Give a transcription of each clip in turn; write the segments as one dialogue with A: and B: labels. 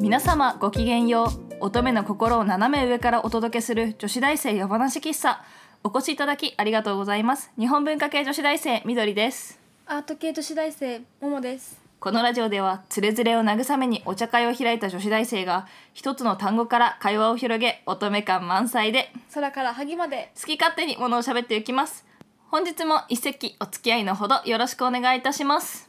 A: 皆様ごきげんよう乙女の心を斜め上からお届けする女子大生夜話喫茶お越しいただきありがとうございます日本文化系女子大生みどりです
B: アート系女子大生ももです
A: このラジオではつれづれを慰めにお茶会を開いた女子大生が一つの単語から会話を広げ乙女感満載で
B: 空から萩まで
A: 好き勝手にものを喋っていきます本日も一席お付き合いのほどよろしくお願いいたします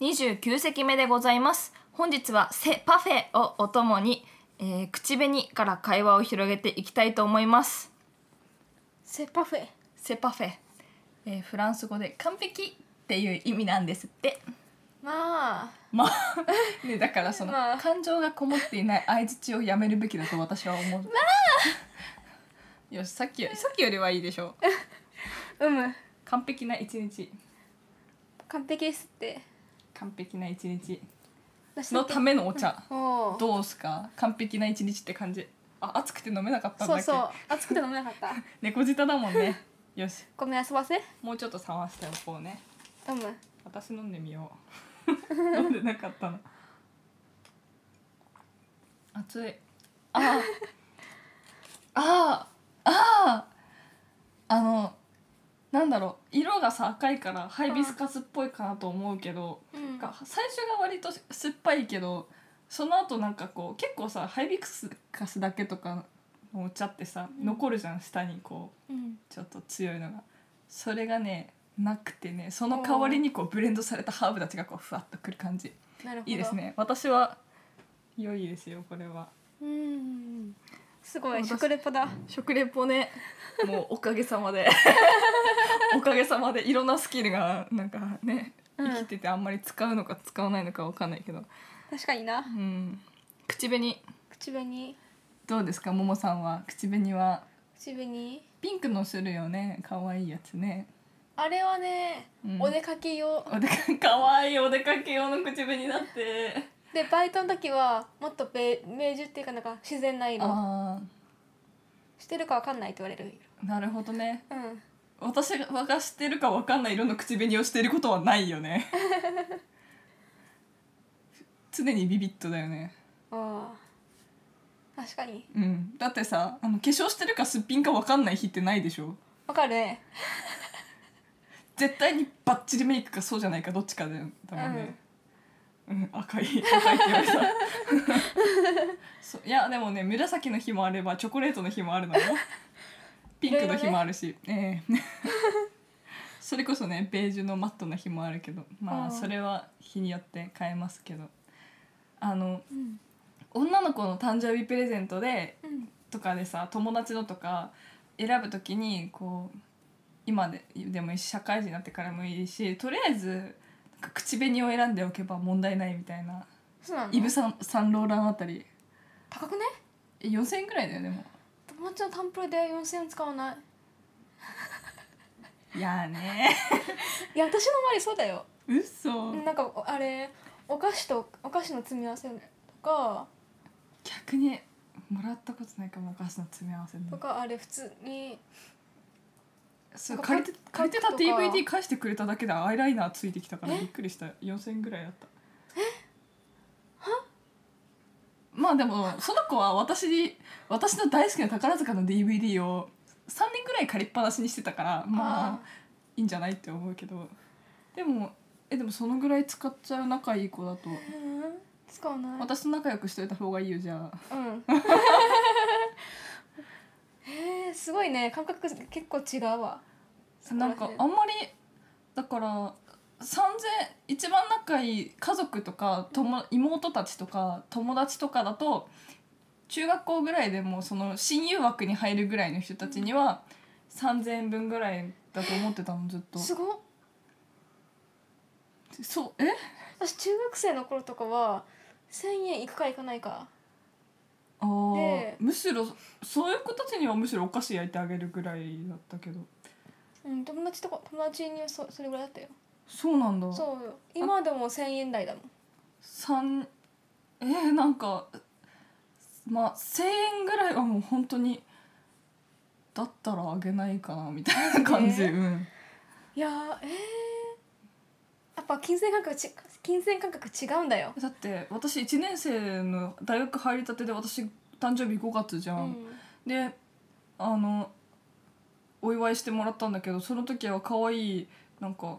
A: 29席目でございます本日はセパフェをお供に、えー口紅から会話を広げていきたいと思います
B: セパフェ
A: セパフェ、えーフランス語で完璧っていう意味なんですって
B: まあ
A: まあ、 ね、だからその、
B: まあ
A: 感情がこもっていない相槌をやめるべきだと私は思う。 よし、さっきよりさっきよりはいいでしょう。
B: うむ
A: 完璧な一日、
B: 完璧ですって
A: 完璧な一日
B: 私
A: のためのお茶。
B: おう
A: どうすか、完璧な一日って感じ。あ、暑くて飲めなかったんだ
B: そ
A: っ
B: う
A: け
B: そう暑くて飲めなかった
A: 猫舌だもんね。よし、
B: ごめん遊ばせう
A: もうちょっと冷ましておこうね。
B: む
A: 私飲んでみよう 飲んでなかったの熱いあーあーあーあのなんだろう色がさ赤いからハイビスカスっぽいかなと思うけど、
B: うん
A: なんか最初が割と酸っぱいけどその後なんかこう結構さハイビスカスだけとかのお茶ってさ、
B: うん
A: 残るじゃん下にこう
B: うん
A: ちょっと強いのがそれがねなくてねその代わりにこうブレンドされたハーブたちがこうふわっとくる感じ
B: なるほど
A: いいですね私は良いですよこれは
B: うんすごい
A: 私
B: 食レポだ
A: 食レポねもうおかげさま でおかげさまでいろんなスキルがなんかね
B: うん
A: 生きててあんまり使うのか使わないのかわかんないけど
B: 確かにな
A: うん口紅
B: 口紅
A: どうですかももさんは口紅は
B: 口紅
A: ピンクの種類をね可愛いやつね
B: あれはね、
A: うん
B: お出かけ用
A: おでか 可愛いお出かけ用の口紅だって
B: でバイトの時はもっとベベージュっていうかなんか自然な色
A: あ
B: してるかわかんないって言われる
A: ーなるほどね
B: 色うん
A: 私がしてるかわかんない色の口紅をしていることはないよね 常にビビットだよね
B: ああ確かに
A: うんだってさあの化粧してるかすっぴんかわかんない日ってないでしょ
B: わかるね
A: 絶対にバッチリメイクかそうじゃないかどっちかだよだもんね、うん赤い赤いって言われたそういやでもね紫の日もあればチョコレートの日もあるのよピンクの日もあるし、え えそれこそねベージュのマットの日もあるけどま
B: う
A: あ
B: ん
A: それは日によって変えますけどあの
B: うん
A: 女の子の誕生日プレゼントで
B: うん
A: とかでさ友達のとか選ぶときにこう今ででもいいし社会人になってからもいいしとりあえずなんか口紅を選んでおけば問題ないみたいな
B: そうなの
A: イブサンサンローランあたり
B: 高くね
A: え4,000円くらいだよでも
B: 友達のタンプレで4000円使わない
A: いやーね
B: いや私の周りそうだよ
A: ー 嘘
B: なんかおあれお菓子とお菓子の詰め合わせとか
A: 逆にもらったことないかもお菓子の詰め合わせの
B: とかあれ普通に
A: そう
B: なんか
A: 借りて借りてた
B: パックとか
A: DVD 返してくれただけでアイライナーついてきたから
B: え
A: びっくりした4,000円ぐらいだったまあでもその子は私に私の大好きな宝塚の DVD を3年ぐらい借りっぱなしにしてたからまあ
B: あ
A: いいんじゃないって思うけどでもえでもそのぐらい使っちゃう仲いい子だと
B: ーうん使わない
A: 私と仲良くしといた方がいいよじゃあ
B: うん へえすごいね感覚結構違うわ
A: なんかあんまりだから3000一番仲いい家族とか友妹たちとか友達とかだと中学校ぐらいでもその親友枠に入るぐらいの人たちには3,000円分ぐらいだと思ってたのずっと。
B: すごっ
A: そうえ
B: 私中学生の頃とかは1000円いくかいかないか
A: あー
B: で
A: むしろそういう子たちにはむしろお菓子焼いてあげるぐらいだったけど
B: うん友達とか友達にはそそれぐらいだったよ
A: そうなんだ
B: そうよ今でも1000円台だもん
A: 三えー、なんかまあ1,000円ぐらいはもう本当にだったらあげないかなみたいな感じ、
B: え
A: うん
B: いやーえー、っぱ金銭感覚ち金銭感覚違うんだよ、
A: だって私1年生の大学入りたてで私誕生日5月じゃ、
B: うん
A: であのお祝いしてもらったんだけどその時は可愛いなんか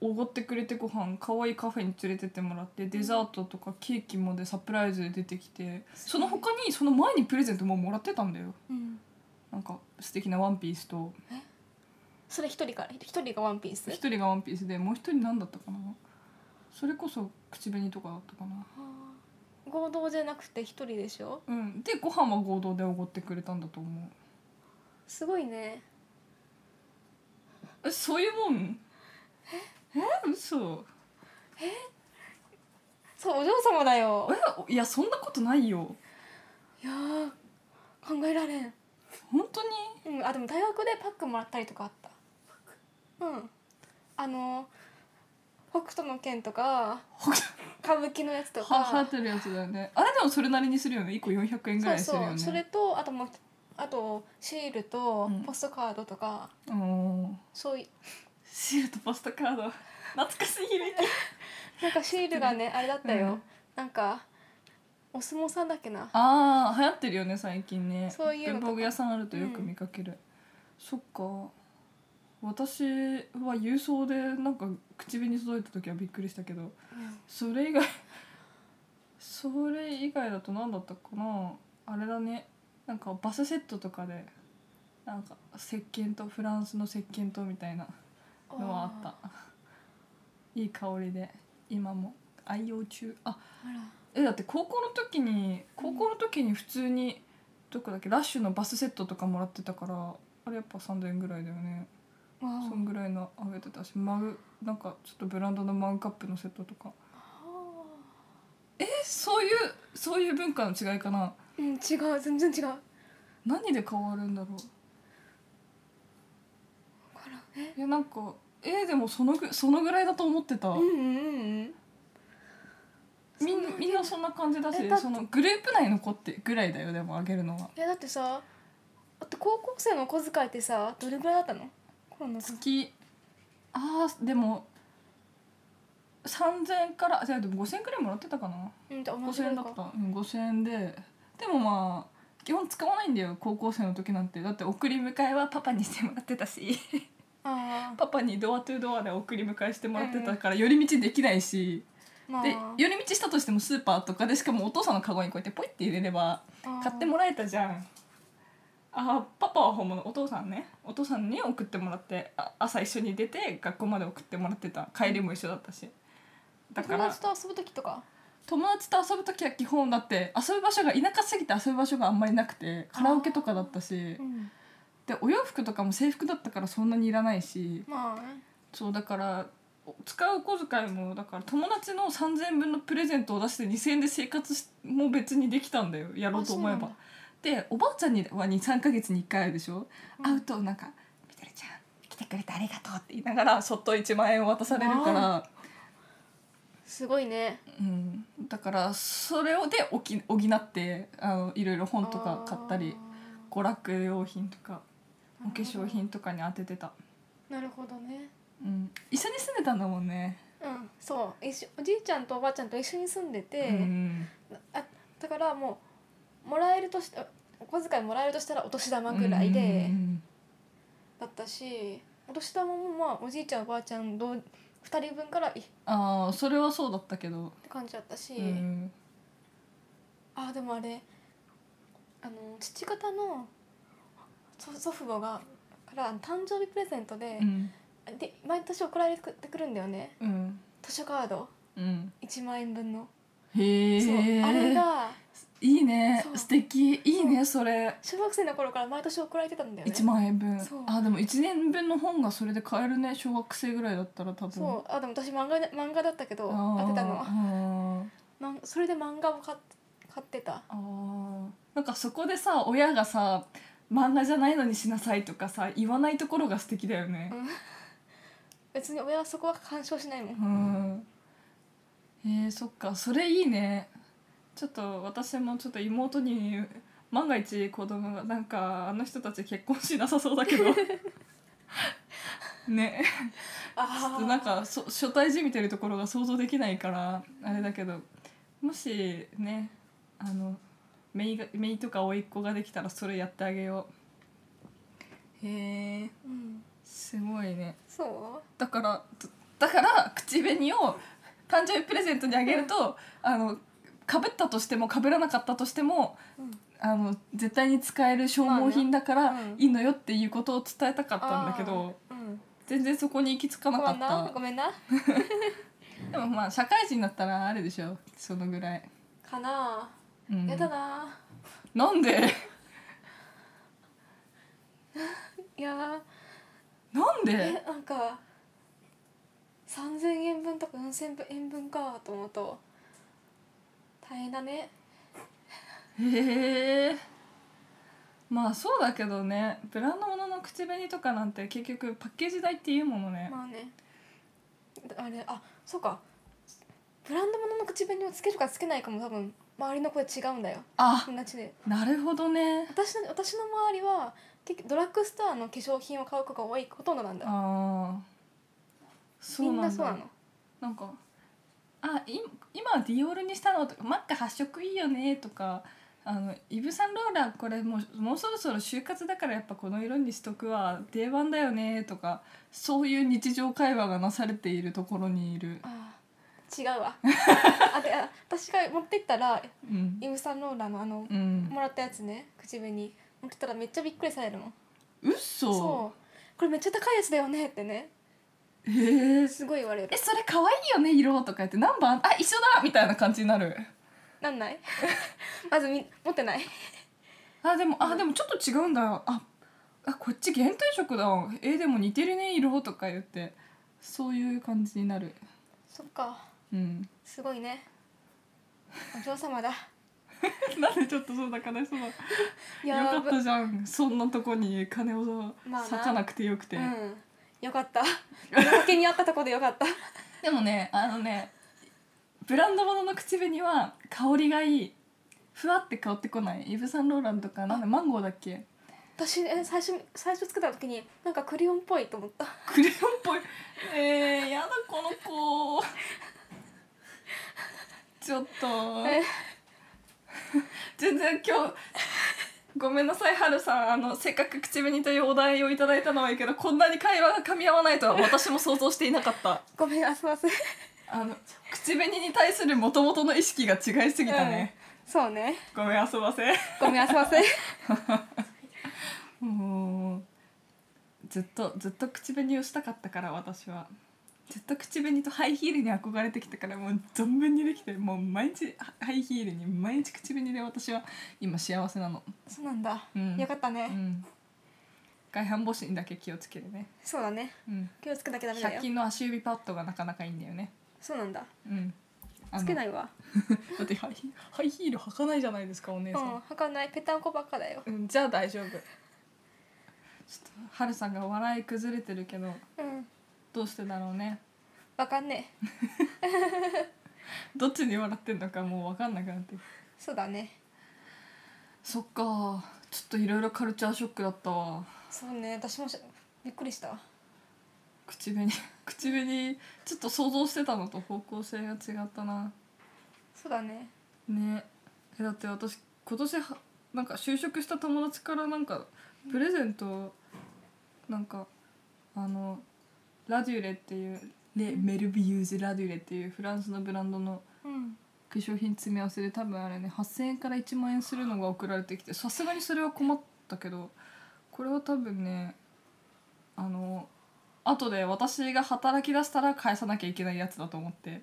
A: おごってくれてご飯可愛いカフェに連れてってもらってデザートとかケーキまでサプライズで出てきてその他にその前にプレゼントももらってたんだよ
B: うん、
A: なんか素敵なワンピースと
B: それ一人から一人がワンピース
A: 一人がワンピースでもう一人何だったかなそれこそ口紅とかだったかな
B: あー合同じゃなくて一人でしょ
A: うんでご飯は合同でおごってくれたんだと思
B: すごいね
A: うえそういうもんええ嘘
B: そうお嬢様だよ
A: えいやそんなことないよ
B: いやー考えられん、
A: 本当に
B: うん、あでも大学でパックもらったりとかあったうんあの北斗の拳とか歌舞伎のやつと
A: ははや
B: か
A: ってるやつだよねあれでもそれなりにするよね1個400円ぐ
B: そ
A: ら
B: う
A: いするよ
B: そ
A: ね
B: うそれとあともう一あとシールと
A: うん
B: ポストカードとか、
A: うん
B: そうい
A: シールとポストカード懐かしい響き
B: なんかシール がねあれだったよ、
A: うん
B: なんかお相撲さんだっけな
A: ああ流行ってるよね最近ね
B: そういうのとか
A: 文房具屋さんあるとよく見かける、そっか私は郵送でなんか口紅届いた時はびっくりしたけどそれ以外 それ以外だと何だったかなあれだねなんかバスセットとかでなんか石鹸とフランスの石鹸とみたいなのはあった いい香りで今も愛用中あ
B: あら
A: えだって高校の時に高校の時に普通にどこだっけラッシュのバスセットとかもらってたからあれやっぱ3,000円ぐらいだよね
B: わあ
A: そんぐらいのあげてたしマグなんかちょっとブランドのマグカップのセットとかえそういうそういう文化の違いかな
B: うん違う全然違う
A: 何で変わるんだろう
B: からえ
A: いやなんかえでもそのぐそのぐらいだと思ってた、
B: うんうんうん
A: みんみんなそんな感じだし
B: えだって
A: そのグループ内の子ってぐらいだよでもあげるのは
B: えだってさだって高校生の小遣いってさどれぐらいだったのコロナの時
A: 月あーでも3,000円からじゃあでも5,000円くらいもらってたかな
B: うんじゃあ同
A: 5,000
B: じぐら
A: 円
B: い
A: だ
B: か
A: った、うん、5,000円ででもまあ基本使わないんだよ高校生の時なんてだって送り迎えはパパにしてもらってたし
B: あ
A: パパにドアトゥドアで送り迎えしてもらってたから寄り道できないし、
B: あまあ
A: で寄り道したとしてもスーパーとかでしかもお父さんのカゴにこうやってポイって入れれば買ってもらえたじゃんあーパパは本物お父さんねお父さんに送ってもらってあ朝一緒に出て学校まで送ってもらってた帰りも一緒だったしだ
B: だ
A: か
B: から友達と遊ぶ時とか
A: 友達と遊ぶ時は基本だって遊ぶ場所が田舎すぎて遊ぶ場所があんまりなくてカラオケとかだったし
B: うん
A: でお洋服とかも制服だったからそんなにいらないし
B: まあね
A: そうだからお使う小遣いもだから友達の3,000円分のプレゼントを出して2,000円で生活しも別にできたんだよやろうと思えば
B: あ。
A: でおばあちゃんには23ヶ月に1回会うでしょ、
B: うん
A: 会うとなんか「みどりちゃん来てくれてありがとう」って言いながらそっと1万円を渡されるから、
B: すごいね
A: うん、だからそれをで補補ってあのいろいろ本とか買ったり
B: あ
A: 娯楽用品とか
B: ー
A: お化粧品とかに当ててた、
B: なるほどね
A: うん、一緒に住んでたんだもんね、
B: うんそう一緒おじいちゃんとおばあちゃんと一緒に住んでて、
A: うん、
B: あだからもうもらえるとしたお小遣いもらえるとしたらお年玉ぐらいで
A: うんうんうん
B: だったし、お年玉もまあおじいちゃんおばあちゃんどう2人分からいっ
A: ああそれはそうだったけど、
B: て感じだったし、
A: うん
B: あーでもあれあの父方の祖祖父母がからあの誕生日プレゼントで,、
A: うん
B: で毎年送られてくるんだよね
A: うん
B: 図書カード
A: うん、
B: 1万円分の、
A: へえ
B: そうあれが
A: いいね
B: そう
A: 素敵いいねそれ
B: 小学生の頃から毎年送られてたんだよね
A: 1万円分
B: そう
A: あでも1年分の本がそれで買えるね小学生ぐらいだったら多分
B: そうあでも私漫画漫画だったけど
A: あー
B: 当てたのは
A: あー
B: なんそれで漫画を買っ買ってた
A: あーなんかそこでさ親がさ漫画じゃないのにしなさいとかさ言わないところが素敵だよね
B: 別に親はそこは干渉しないもん
A: うんえー、そっかそれいいねちょっと私もちょっと妹に万が一子供がなん かあの人たち結婚しなさそうだけどね
B: あー
A: なんかそ初対じみてるところが想像できないからあれだけどもしねあの姪が姪とか甥っ子ができたらそれやってあげようへえ
B: うん
A: すごいね
B: そ
A: だからだだから口紅を誕生日プレゼントにあげるとあのかぶったとしてもかぶらなかったとしても
B: う、うん
A: あの絶対に使える消耗品だか
B: まあ
A: ら
B: ねうん
A: いいのよっていうことを伝えたかったんだけど、
B: うん、
A: 全然そこに行き着かなか
B: ごめんな
A: っ
B: ごめんな
A: たでもまあ社会人になったらあれでしょそのぐらい、
B: かな、
A: うん、
B: やだな
A: なんで
B: いや
A: なん
B: ー
A: で
B: えなんか3,000円分とか4,000円分かと思うと大変だね
A: へえまあそうだけどねブランド物の口紅とかなんて結局パッケージ代っていうものね、
B: まあねあれあそうかブランド物の口紅をつけるかつけないかも多分周りの声違うんだよ
A: あ
B: 友達で
A: なるほどね
B: 私の私の周りは結局ドラッグストアの化粧品を買う子が多いほとんどなんだ
A: ああそ
B: み
A: うんな
B: なんそうな
A: だ
B: の
A: なんか「あい今はディオールにしたの?」とか「マック発色いいよね」とか「あのイブ・サンローランこれもうもうそろそろ就活だからやっぱこの色にしとくわ定番だよね」とかそういう日常会話がなされているところにいる。
B: あー違う わあであ私が持ってったら
A: うん
B: イム・サンローランのあの、
A: うん、
B: もらったやつね口紅持ってたらめっちゃびっくりされるの
A: うっそう
B: これめっちゃ高いやつだよねってね
A: えー、
B: すごい言われる
A: えそれ可愛いよね色とか言って何番あ一緒だみたいな感じになる
B: なんない まずみ持ってない
A: あでもあでもちょっと違うんだよああこっち限定色だえーでも似てるね色とか言ってそういう感じになる
B: そっか
A: うん
B: すごいねお嬢様だ
A: なんでちょっとそうだ悲しそう だよ
B: いや
A: か
B: ー
A: ったじゃんそんなとこに金をさ
B: まあな
A: 割かなくてよくて、
B: うんよかったおけにあったとこでよかった
A: でもねあのねブランド物の口紅は香りがいいふわって香ってこないイヴ・サンローランとかなんでマンゴーだっけ
B: 私え最初最初作った時になんかクリオンっぽいと思った
A: クレヨンっぽい えー、やだこの 子ちょっと
B: え
A: 全然今日ごめんなさいはるさんあのせっかく口紅というお題をいただいたのはいいけどこんなに会話が噛み合わないとは私も想像していなかった
B: ごめんあすいません
A: あの口紅に対する元々の意識が違いすぎたね、
B: そうね
A: ごめん遊ばせ
B: ごめんあすいま せん
A: もうずっとずっと口紅をしたかったから私はずっと口紅とハイヒールに憧れてきたからもう存分にできてもう毎日ハハイヒールに毎日口紅で私は今幸せなの
B: そうなんだ、
A: うん
B: よかったね、
A: うん外反母趾にだけ気をつけるね、
B: そうだね
A: うん、
B: 気をつけなきゃダメだ
A: 100
B: よ
A: 均の足指パッドがなかなかいいんだよね
B: そうなんだ
A: うんあの
B: つけないわ
A: だってハイヒハイヒール履かないじゃないですかお姉
B: う
A: さん、
B: ん履かないぺったんこばっかだよ
A: うん、じゃあ大丈夫ちょっとはるさんが笑い崩れてるけど
B: うん
A: どうしてだろうね
B: わかんねえ
A: どっちに笑ってんのかもう分かんなくなって
B: そうだね
A: そっかちょっといろいろカルチャーショックだったわ
B: そうね私もしびっくりした
A: 口紅 口紅ちょっと想像してたのと方向性が違ったな
B: そうだね
A: ねえだって私今年はなんか就職した友達からなんかプレゼントなんかあのラデュレっていうレ・メルビユーズ・ラデュレっていうフランスのブランドの
B: うん
A: 化粧品詰め合わせで多分あれね8,000円から1万円するのが送られてきてさすがにそれは困ったけどこれは多分ねあの後で私が働き出したら返さなきゃいけないやつだと思って、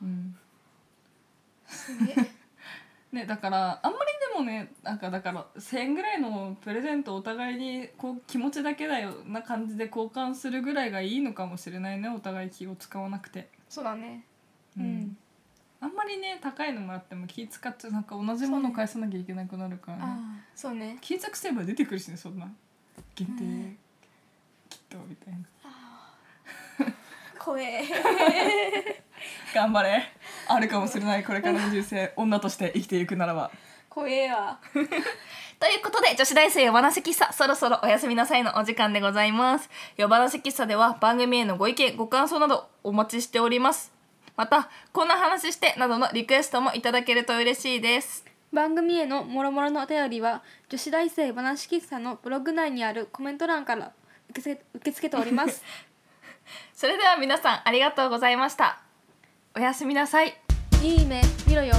A: うん、
B: すげえ
A: ねだからあんまりでもねなんかだから1,000円ぐらいのプレゼントお互いにこう気持ちだけだよな感じで交換するぐらいがいいのかもしれないねお互い気を使わなくて。
B: そうだね
A: う
B: うんん、
A: あんまりね高いのもらっても気使っちゃなんか同じもの返さなきゃいけなくなるから、ね
B: ああそうね
A: 気着すれば出てくるしねそんな限定、
B: うん
A: きっとみたいな
B: 怖え
A: 頑張れあるかもしれないこれからの人生女として生きていくならば
B: 怖えわ
A: ということで女子大生夜話喫茶そろそろお休みなさいのお時間でございます夜話喫茶では番組へのご意見ご感想などお待ちしておりますまたこんな話してなどのリクエストもいただけると嬉しいです
B: 番組へのもろもろのお便りは女子大生話喫茶のブログ内にあるコメント欄から受け付け受け付けております
A: それでは皆さんありがとうございましたおやすみなさい
B: いい目見ろよ